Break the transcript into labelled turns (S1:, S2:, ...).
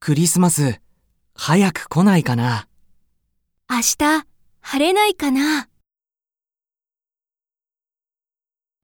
S1: クリスマス、早く来ないかな。
S2: 明日、晴れないかな